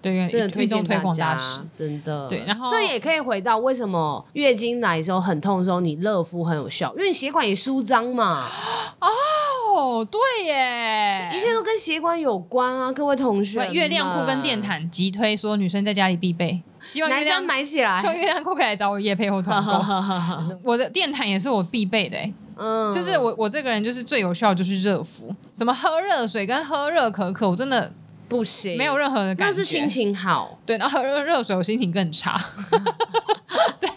Speaker 2: 对，
Speaker 1: 真的推
Speaker 2: 运动
Speaker 1: 荐
Speaker 2: 推
Speaker 1: 大
Speaker 2: 广大
Speaker 1: 家
Speaker 2: 使。，
Speaker 1: 真的。
Speaker 2: 对然后
Speaker 1: 这也可以回到为什么月经来的时候很痛的时候，你热敷很有效，因为你血管也舒张嘛。
Speaker 2: 哦，对耶，
Speaker 1: 一切都跟血管有关啊，各位同学们。
Speaker 2: 哦月亮裤跟电毯急推，所有女生在家里必备。希望月
Speaker 1: 男
Speaker 2: 亮
Speaker 1: 生买起来
Speaker 2: 希。望月亮裤可以来找我夜配或 团购。我的电毯也是我必备的、欸，
Speaker 1: 嗯
Speaker 2: 就是我我这个人就是最有效就是热敷，什么喝热水跟喝热可可，我真的
Speaker 1: 不行，
Speaker 2: 没有任何的感觉。
Speaker 1: 那是心情好。
Speaker 2: 对，然后喝热热水我心情更差。 对，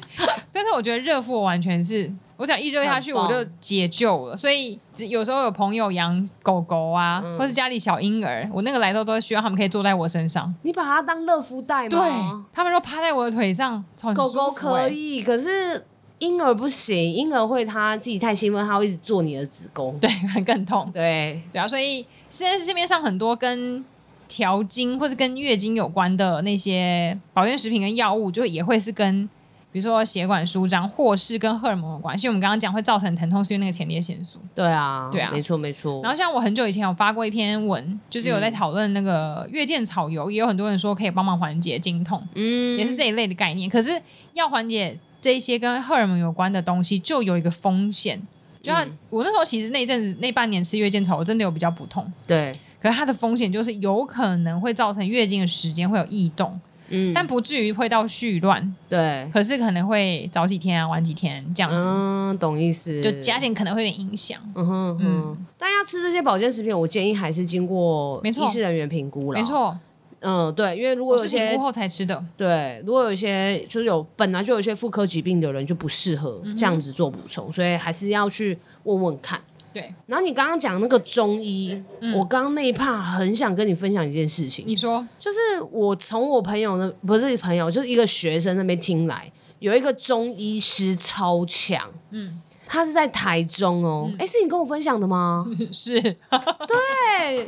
Speaker 2: 但是我觉得热敷我完全是，我想一热下去
Speaker 1: 很
Speaker 2: 我
Speaker 1: 棒
Speaker 2: 就解救了。所以只有时候有朋友养狗狗啊，
Speaker 1: 嗯
Speaker 2: 或是家里小婴儿，我那个来的时候都希望他们可以坐在我身上。
Speaker 1: 你把它当热敷袋
Speaker 2: 对
Speaker 1: 吗？
Speaker 2: 他们说趴在我的腿上，很
Speaker 1: 狗狗
Speaker 2: 舒服欸
Speaker 1: 可。以，可是婴儿不行，婴儿会他自己太兴奋，他会一直做你的子宫。
Speaker 2: 对，很更痛。
Speaker 1: 对，
Speaker 2: 对啊，所以现在市面上很多跟调经或是跟月经有关的那些保健食品跟药物，就也会是跟比如说血管舒张或是跟荷尔蒙有关系。我们刚刚讲会造成疼痛是因为那个前列腺素。
Speaker 1: 对啊，
Speaker 2: 对啊
Speaker 1: 没错没错。
Speaker 2: 然后像我很久以前有发过一篇文，就是有在讨论那个月见草油，也有很多人说可以帮忙缓解经痛，
Speaker 1: 嗯
Speaker 2: 也是这一类的概念。可是要缓解这一些跟荷尔蒙有关的东西，就有一个风险。就像
Speaker 1: 嗯
Speaker 2: 我那时候其实那一阵子那半年吃月见草，我真的有比较不痛。
Speaker 1: 对，
Speaker 2: 可是它的风险就是有可能会造成月经的时间会有异动，
Speaker 1: 嗯，
Speaker 2: 但不至于会到絮乱，
Speaker 1: 对，
Speaker 2: 可是可能会早几天啊，晚几天这样子，
Speaker 1: 嗯，懂意思。
Speaker 2: 就加减可能会有点影响。
Speaker 1: 嗯哼
Speaker 2: 嗯
Speaker 1: 哼，但要吃这些保健食品，我建议还是经过
Speaker 2: 没错
Speaker 1: 医师人员评估了。
Speaker 2: 没，错，
Speaker 1: 嗯，对，因为如果
Speaker 2: 我
Speaker 1: 有
Speaker 2: 是评
Speaker 1: 些
Speaker 2: 估后才吃的，
Speaker 1: 对，如果有一些就是有本来就有一些妇科疾病的人就不适合这样子做补充，所以还是要去问问看。
Speaker 2: 对，
Speaker 1: 然后你刚刚讲那个中医，
Speaker 2: 嗯
Speaker 1: 我刚刚那一趴很想跟你分享一件事情，
Speaker 2: 你说
Speaker 1: 就是我从我朋友那不是朋友，就是一个学生那边听来，有一个中医师超强，
Speaker 2: 嗯
Speaker 1: 嗯，他是在台中哦，哎、是你跟我分享的吗？
Speaker 2: 是 是
Speaker 1: 对，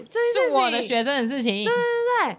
Speaker 1: 这件事情
Speaker 2: 我的学生的事情，
Speaker 1: 对，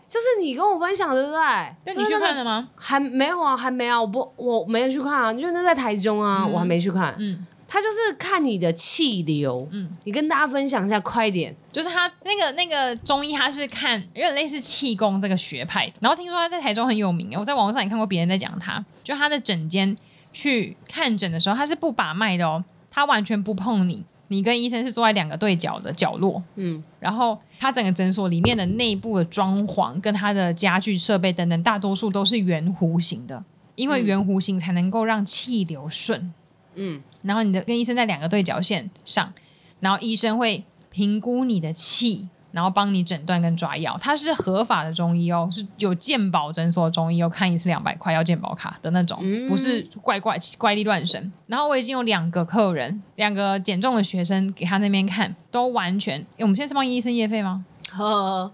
Speaker 1: 就是你跟我分享对不对？
Speaker 2: 那
Speaker 1: 就
Speaker 2: 你
Speaker 1: 是
Speaker 2: 去
Speaker 1: 那个
Speaker 2: 看了吗？
Speaker 1: 还没有啊，还没啊，我不，我没有去看啊，因为那在台中啊，我还没去看。
Speaker 2: 嗯，
Speaker 1: 他就是看你的气流，
Speaker 2: 嗯
Speaker 1: 嗯，你跟大家分享一下，快一点。
Speaker 2: 就是他那个那个中医，他是看有点类似气功这个学派的，然后听说他在台中很有名，我在网络上也看过别人在讲他，就他的诊间去看诊的时候，他是不把脉的哦，他完全不碰你，你跟医生是坐在两个对角的角落，
Speaker 1: 嗯，
Speaker 2: 然后他整个诊所里面的内部的装潢跟他的家具设备等等，大多数都是圆弧形的，因为
Speaker 1: 嗯
Speaker 2: 圆弧形才能够让气流顺。
Speaker 1: 嗯，
Speaker 2: 然后你的跟医生在两个对角线上，然后医生会评估你的气，然后帮你诊断跟抓药。它是合法的中医哦，是有健保诊所的中医哦，看一次两百块要健保卡的那种，
Speaker 1: 嗯
Speaker 2: 不是怪怪怪力乱神。然后我已经有两个客人，两个减重的学生给他那边看，都完全。诶我们现在是帮医生业 费吗？
Speaker 1: 呵，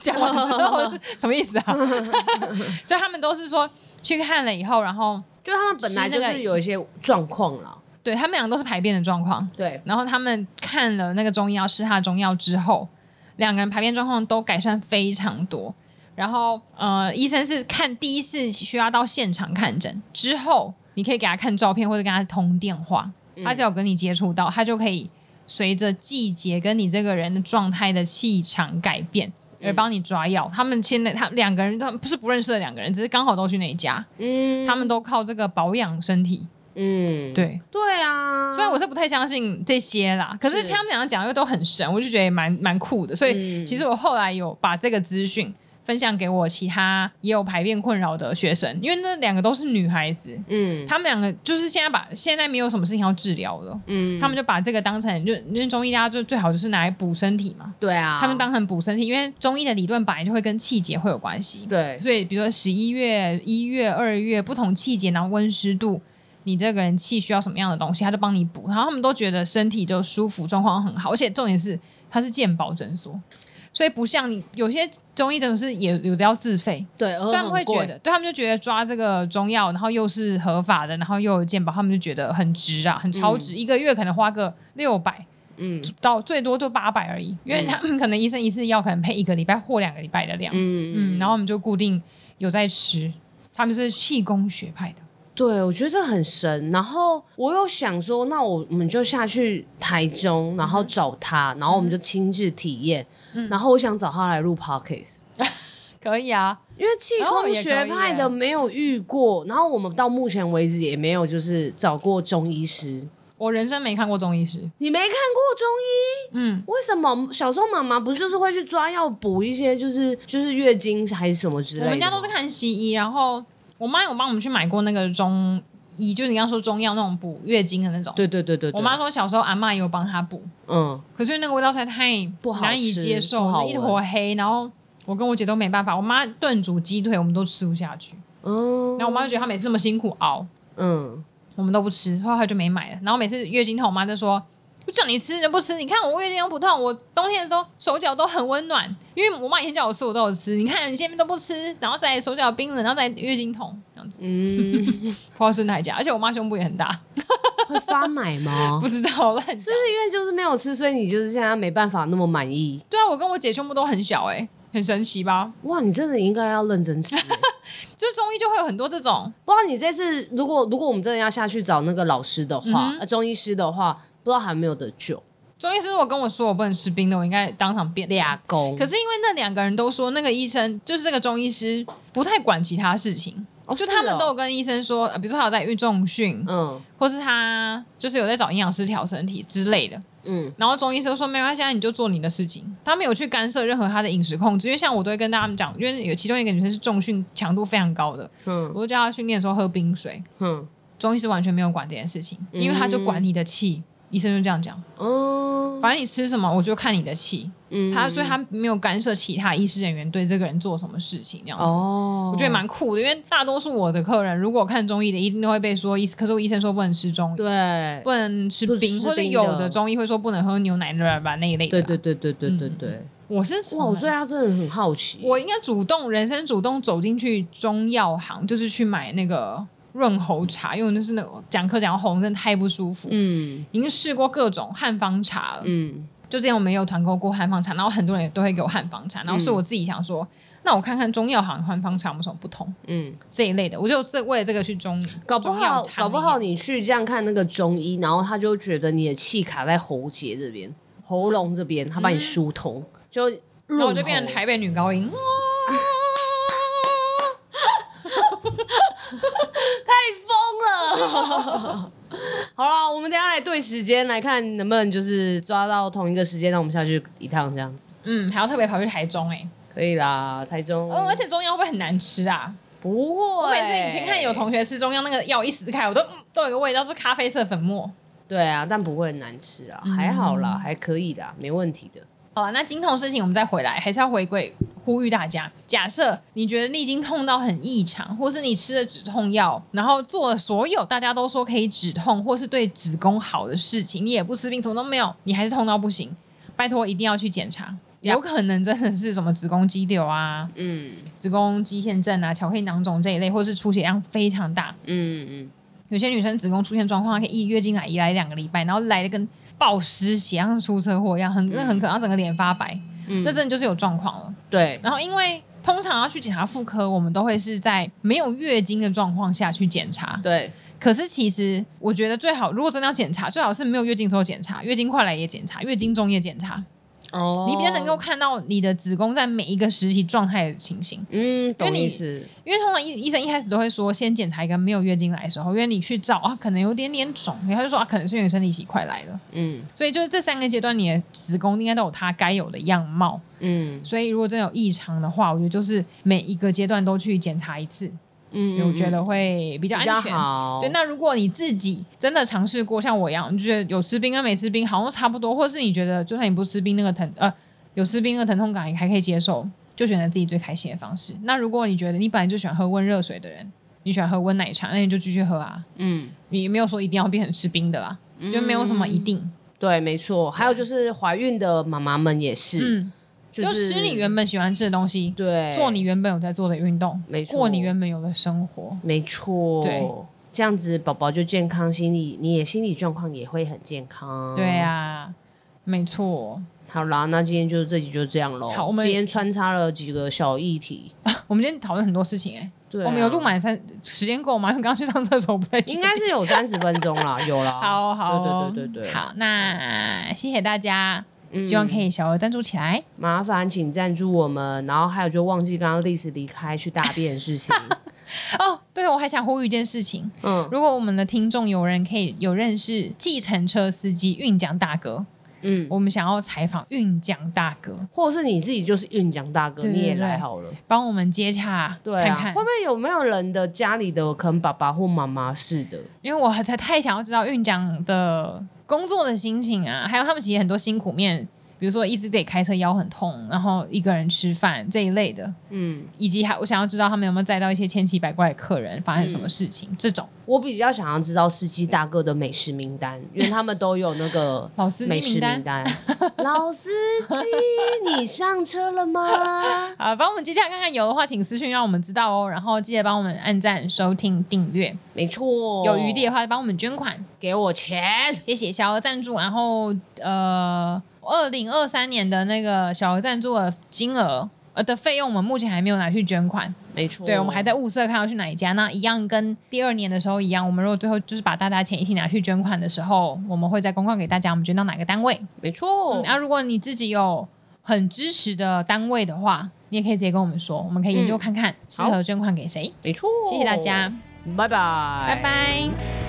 Speaker 2: 讲完之后什么意思啊？ 就他们都是说去看了以后，然后
Speaker 1: 就他们本来就
Speaker 2: 吃那个
Speaker 1: 是有一些状况啦，
Speaker 2: 对他们两个都是排便的状况。
Speaker 1: 对，
Speaker 2: 然后他们看了那个中药，吃他的中药之后，两个人排便状况都改善非常多。然后，呃，医生是看第一次需要到现场看诊之后，你可以给他看照片或者跟他通电话，
Speaker 1: 嗯
Speaker 2: 他只要跟你接触到，他就可以随着季节跟你这个人的状态的气场改变。
Speaker 1: 嗯
Speaker 2: 而帮你抓药，他们现在他两个人，他们不是不认识的两个人，只是刚好都去那一家，
Speaker 1: 嗯
Speaker 2: 他们都靠这个保养身体。
Speaker 1: 嗯，
Speaker 2: 对，
Speaker 1: 对啊，
Speaker 2: 虽然我是不太相信这些啦，可是
Speaker 1: 是
Speaker 2: 他们两个讲的都很神，我就觉得也蛮蛮酷的。所以
Speaker 1: 嗯
Speaker 2: 其实我后来有把这个资讯分享给我其他也有排便困扰的学生，因为那两个都是女孩子，
Speaker 1: 嗯，
Speaker 2: 她们两个就是现在把现在没有什么事情要治疗了，
Speaker 1: 嗯，
Speaker 2: 她们就把这个当成就因为中医大家就最好就是拿来补身体嘛，
Speaker 1: 对啊，
Speaker 2: 她们当成补身体，因为中医的理论本来就会跟气节会有关系，
Speaker 1: 对，
Speaker 2: 所以比如说十一月、一月、二月不同季节，然后温湿度，你这个人气需要什么样的东西，他就帮你补。然后他们都觉得身体就舒服，状况很好，而且重点是它是健保诊所，所以不像你有些中医诊所是也有的要自费，
Speaker 1: 对，而
Speaker 2: 所以他们
Speaker 1: 哦
Speaker 2: 会
Speaker 1: 很贵
Speaker 2: 觉得，对他们就觉得抓这个中药，然后又是合法的，然后又有健保，他们就觉得很值啊，很超值，一个月可能花个六百。
Speaker 1: 嗯
Speaker 2: 到最多就八百而已，因为他们可能医生一次药可能配一个礼拜或两个礼拜的量，
Speaker 1: 嗯
Speaker 2: 嗯，然后我们就固定有在吃，他们是气功学派的，
Speaker 1: 对，我觉得这很神。然后我有想说，那我我们就下去台中，然后找他，然后我们就亲自体验。
Speaker 2: 嗯
Speaker 1: 然后我想找他来录 podcast，
Speaker 2: 可以啊，
Speaker 1: 因为气
Speaker 2: 哦
Speaker 1: 功
Speaker 2: 也可
Speaker 1: 学
Speaker 2: 以
Speaker 1: 派
Speaker 2: 耶
Speaker 1: 的没有遇过，然后我们到目前为止也没有就是找过中医师。
Speaker 2: 我人生没看过中医师，
Speaker 1: 你没看过中医？
Speaker 2: 嗯，
Speaker 1: 为什么小时候妈妈不是就是会去抓药补一些，就是就是月经还是什么之类
Speaker 2: 我
Speaker 1: 的？
Speaker 2: 们家都是看西医，然后我妈有帮我们去买过那个中医，就是你刚刚说中药那种补月经的那种。
Speaker 1: 对对对对对，
Speaker 2: 我妈说小时候阿嬷也有帮她补，
Speaker 1: 嗯，
Speaker 2: 可是那个味道实在太
Speaker 1: 不好吃
Speaker 2: 难以接受，
Speaker 1: 不好
Speaker 2: 那
Speaker 1: 闻
Speaker 2: 一坨黑，然后。我跟我姐都没办法，我妈炖煮鸡腿我们都吃不下去，
Speaker 1: 嗯，
Speaker 2: 然后我妈就觉得她每次这么辛苦熬，
Speaker 1: 嗯，
Speaker 2: 我们都不吃，后来就没买了。然后每次月经痛，我妈就说：“我叫你吃，你不吃，你看我月经又不痛，我冬天的时候手脚都很温暖，因为我妈以前叫我吃，我都有吃。你看你现在都不吃，然后再来手脚冰冷，然后再来月经痛，这样子
Speaker 1: 嗯，
Speaker 2: 不知道是哪一家。而且我妈胸部也很大，
Speaker 1: 会发奶吗？
Speaker 2: 不知道乱
Speaker 1: 是
Speaker 2: 讲
Speaker 1: 不。是因为就是没有吃，所以你就是现在没办法那么满意？
Speaker 2: 对啊，我跟我姐胸部都很小、欸，哎，很神奇吧？
Speaker 1: 哇，你真的应该要认真吃。
Speaker 2: 就是中医就会有很多这种，
Speaker 1: 不知道你这次如果如果我们真的要下去找那个老师的话，
Speaker 2: 嗯哼
Speaker 1: 呃中医师的话，不知道还有没有得救
Speaker 2: 中医师如果跟我说我不能吃冰的，我应该当场变
Speaker 1: 俩。公。
Speaker 2: 可是因为那两个人都说，那个医生就是这个中医师不太管其他事情，
Speaker 1: 哦
Speaker 2: 就是他们
Speaker 1: 哦
Speaker 2: 都有跟医生说，呃比如说他有在运重训，
Speaker 1: 嗯
Speaker 2: 或是他就是有在找营养师调身体之类的。
Speaker 1: 嗯
Speaker 2: 然后中医师就说没关系，啊，你就做你的事情。他没有去干涉任何他的饮食控制，因为像我都会跟大家讲，因为有其中一个女生是重训强度非常高的，
Speaker 1: 嗯
Speaker 2: 我就叫她训练的时候喝冰水。
Speaker 1: 嗯
Speaker 2: 中医师完全没有管这件事情，因为他就管你的气。医生就这样讲，
Speaker 1: 嗯，
Speaker 2: 反正你吃什么，我就看你的气。
Speaker 1: 嗯
Speaker 2: 他所以他没有干涉其他医师人员对这个人做什么事情，这样子。
Speaker 1: 哦，
Speaker 2: 我觉得蛮酷的，因为大多数我的客人如果看中医的，一定都会被说医，可是我医生说不能吃中医，
Speaker 1: 对
Speaker 2: 不能吃
Speaker 1: 不能吃
Speaker 2: 冰，
Speaker 1: 冰
Speaker 2: 或者
Speaker 1: 的
Speaker 2: 有的中医会说不能喝牛奶吧吧那一类的
Speaker 1: 对
Speaker 2: 啊。
Speaker 1: 对对对对对
Speaker 2: 嗯
Speaker 1: 对。
Speaker 2: 我是
Speaker 1: 哇，我对
Speaker 2: 爱，
Speaker 1: 他真的很好奇。
Speaker 2: 我应该主动人生主动走进去中药行，就是去买那个润喉茶，因为我就是那种讲课讲到喉咙真的太不舒服。
Speaker 1: 嗯
Speaker 2: 已经试过各种汉方茶了，
Speaker 1: 嗯
Speaker 2: 就之前我们也有团购过汉方茶，然后很多人也都会给我汉方茶，然后
Speaker 1: 嗯
Speaker 2: 是我自己想说，那我看看中药行汉方茶有没有什么不同。
Speaker 1: 嗯，
Speaker 2: 这一类的，我就这为了这个去中，
Speaker 1: 搞不
Speaker 2: 中药
Speaker 1: 好
Speaker 2: 摊
Speaker 1: 搞不
Speaker 2: 里
Speaker 1: 好
Speaker 2: 面
Speaker 1: 你去这样看那个中医，然后他就觉得你的气卡在喉结这边、喉咙这边，他把你疏通，就
Speaker 2: 嗯然
Speaker 1: 润
Speaker 2: 后
Speaker 1: 喉
Speaker 2: 我就变成台北女高音，
Speaker 1: 疯了。 好了，我们等一下来对时间来看能不能就是抓到同一个时间，让我们下去一趟这样子，
Speaker 2: 嗯，还要特别跑去台中哎、
Speaker 1: 可以啦。台中，
Speaker 2: 哦，而且中药会不会很难吃啊？
Speaker 1: 不会，
Speaker 2: 我每次以前看有同学吃中药那个药一撕开，我都、嗯都有一个味道是咖啡色粉末。
Speaker 1: 对啊，但不会很难吃啊，还好
Speaker 2: 嗯
Speaker 1: 啦，还可以的，没问题的。
Speaker 2: 好了，那经痛的事情我们再回来，还是要回归呼吁大家。假设你觉得你已经痛到很异常，或是你吃了止痛药，然后做了所有大家都说可以止痛或是对子宫好的事情，你也不吃冰，什么都没有，你还是痛到不行，拜托一定要去检查。
Speaker 1: Yep
Speaker 2: 有可能真的是什么子宫肌瘤啊、
Speaker 1: 嗯
Speaker 2: 子宫肌腺症啊、巧克力囊肿这一类，或是出血量非常大。
Speaker 1: 嗯嗯，
Speaker 2: 有些女生子宫出现状况，可以一月经来一来两个礼拜，然后来的跟暴失血，像出车祸一样，很那很可能，然后整个脸发白。
Speaker 1: 嗯
Speaker 2: 那真的就是有状况了。
Speaker 1: 对，
Speaker 2: 然后因为通常要去检查妇科，我们都会是在没有月经的状况下去检查。
Speaker 1: 对，
Speaker 2: 可是其实我觉得最好，如果真的要检查，最好是没有月经的时候检查，月经快来也检查，月经中也检查，
Speaker 1: 哦
Speaker 2: 你比较能够，看到你的子宫在每一个时期状态的情形。
Speaker 1: 嗯，懂
Speaker 2: 你
Speaker 1: 意思，
Speaker 2: 因为通常医医生一开始都会说，先检查一个没有月经来的时候，因为你去照啊，可能有点点肿，然后他就说啊，可能是因为你生理期快来了。
Speaker 1: 嗯
Speaker 2: 所以就是这三个阶段，你的子宫应该都有它该有的样貌。
Speaker 1: 嗯
Speaker 2: 所以如果真的有异常的话，我觉得就是每一个阶段都去检查一次，因为
Speaker 1: 嗯，
Speaker 2: 我觉得会比较
Speaker 1: 比
Speaker 2: 安
Speaker 1: 较
Speaker 2: 全。
Speaker 1: 好，
Speaker 2: 对，那如果你自己真的尝试过，像我一样，你就觉得有吃冰啊跟没吃冰好像差不多，或是你觉得就算你不吃冰，那个疼呃有吃冰的疼痛感也还可以接受，就选择自己最开心的方式。那如果你觉得你本来就喜欢喝温热水的人，你喜欢喝温奶茶，那你就继续喝啊，
Speaker 1: 嗯，
Speaker 2: 你没有说一定要变成吃冰的啦，就没有什么一定。
Speaker 1: 对，没错。还有就是怀孕的妈妈们也是，
Speaker 2: 啊嗯，
Speaker 1: 就
Speaker 2: 就是吃你原本喜欢吃的东西，
Speaker 1: 对
Speaker 2: 做你原本有在做的运动，
Speaker 1: 哎没错
Speaker 2: 过你原本有的生活。
Speaker 1: 没错，
Speaker 2: 对，
Speaker 1: 这样子宝宝就健康，心理你也心理状况也会很健康。
Speaker 2: 对。啊，没错。
Speaker 1: 好啦，那今天就这集就这样喽。
Speaker 2: 好我们
Speaker 1: 今天穿插了几个小议题，
Speaker 2: 我们今天讨论很多事情哎、
Speaker 1: 对、啊
Speaker 2: 我们有录，满三时间够吗？ 因为刚刚去上厕所，不太确定
Speaker 1: 应该是有三十分钟啦，有啦。
Speaker 2: 好 好
Speaker 1: 对对对对对，
Speaker 2: 好，那谢谢大家，
Speaker 1: 嗯
Speaker 2: 希望可以小额赞助起来。
Speaker 1: 麻烦请赞助我们，然后还有就忘记刚刚历史离开去大便的事情，
Speaker 2: 哦，对，我还想呼吁一件事情，
Speaker 1: 嗯
Speaker 2: 如果我们的听众有人可以有认识计程车司机运奖大哥，
Speaker 1: 嗯，
Speaker 2: 我们想要采访运奖大哥，
Speaker 1: 或者是你自己就是运奖大哥，
Speaker 2: 对对
Speaker 1: 你也
Speaker 2: 对
Speaker 1: 来好了。
Speaker 2: 帮我们接洽，
Speaker 1: 对啊，
Speaker 2: 看看
Speaker 1: 会不，会有没有人的家里的可能爸爸或妈妈是的？
Speaker 2: 因为我还才太想要知道运奖的工作的心情啊，还有他们其实很多辛苦面，比如说一直得开车腰很痛，然后一个人吃饭这一类的，
Speaker 1: 嗯，
Speaker 2: 以及还我想要知道他们有没有载到一些千奇百怪的客人，发生什么事情、这种。
Speaker 1: 我比较想要知道司机大哥的美食名单，因为他们都有那个
Speaker 2: 老司机
Speaker 1: 美食
Speaker 2: 名单
Speaker 1: 名单。 老司机，你上车了 吗？
Speaker 2: 啊，帮我们接洽看看，有的话请私讯让我们知道哦。然后记得帮我们按赞、收听、订阅，
Speaker 1: 没错，
Speaker 2: 有余力的话帮我们捐款，
Speaker 1: 给我钱。
Speaker 2: 谢谢小额赞助。然后呃，二零二三年的那个小额赞助的金额。呃的费用我们目前还没有拿去捐款，
Speaker 1: 没错，
Speaker 2: 对我们还在物色看要去哪一家。那一样跟第二年的时候一样，我们如果最后就是把大家钱一起拿去捐款的时候，我们会再公告给大家我们捐到哪个单位。
Speaker 1: 没错。
Speaker 2: 嗯，啊，如果你自己有很支持的单位的话，你也可以直接跟我们说，我们可以研究
Speaker 1: 嗯
Speaker 2: 看看适合捐款给谁。
Speaker 1: 没错，
Speaker 2: 谢谢大家，
Speaker 1: 拜拜，
Speaker 2: 拜拜。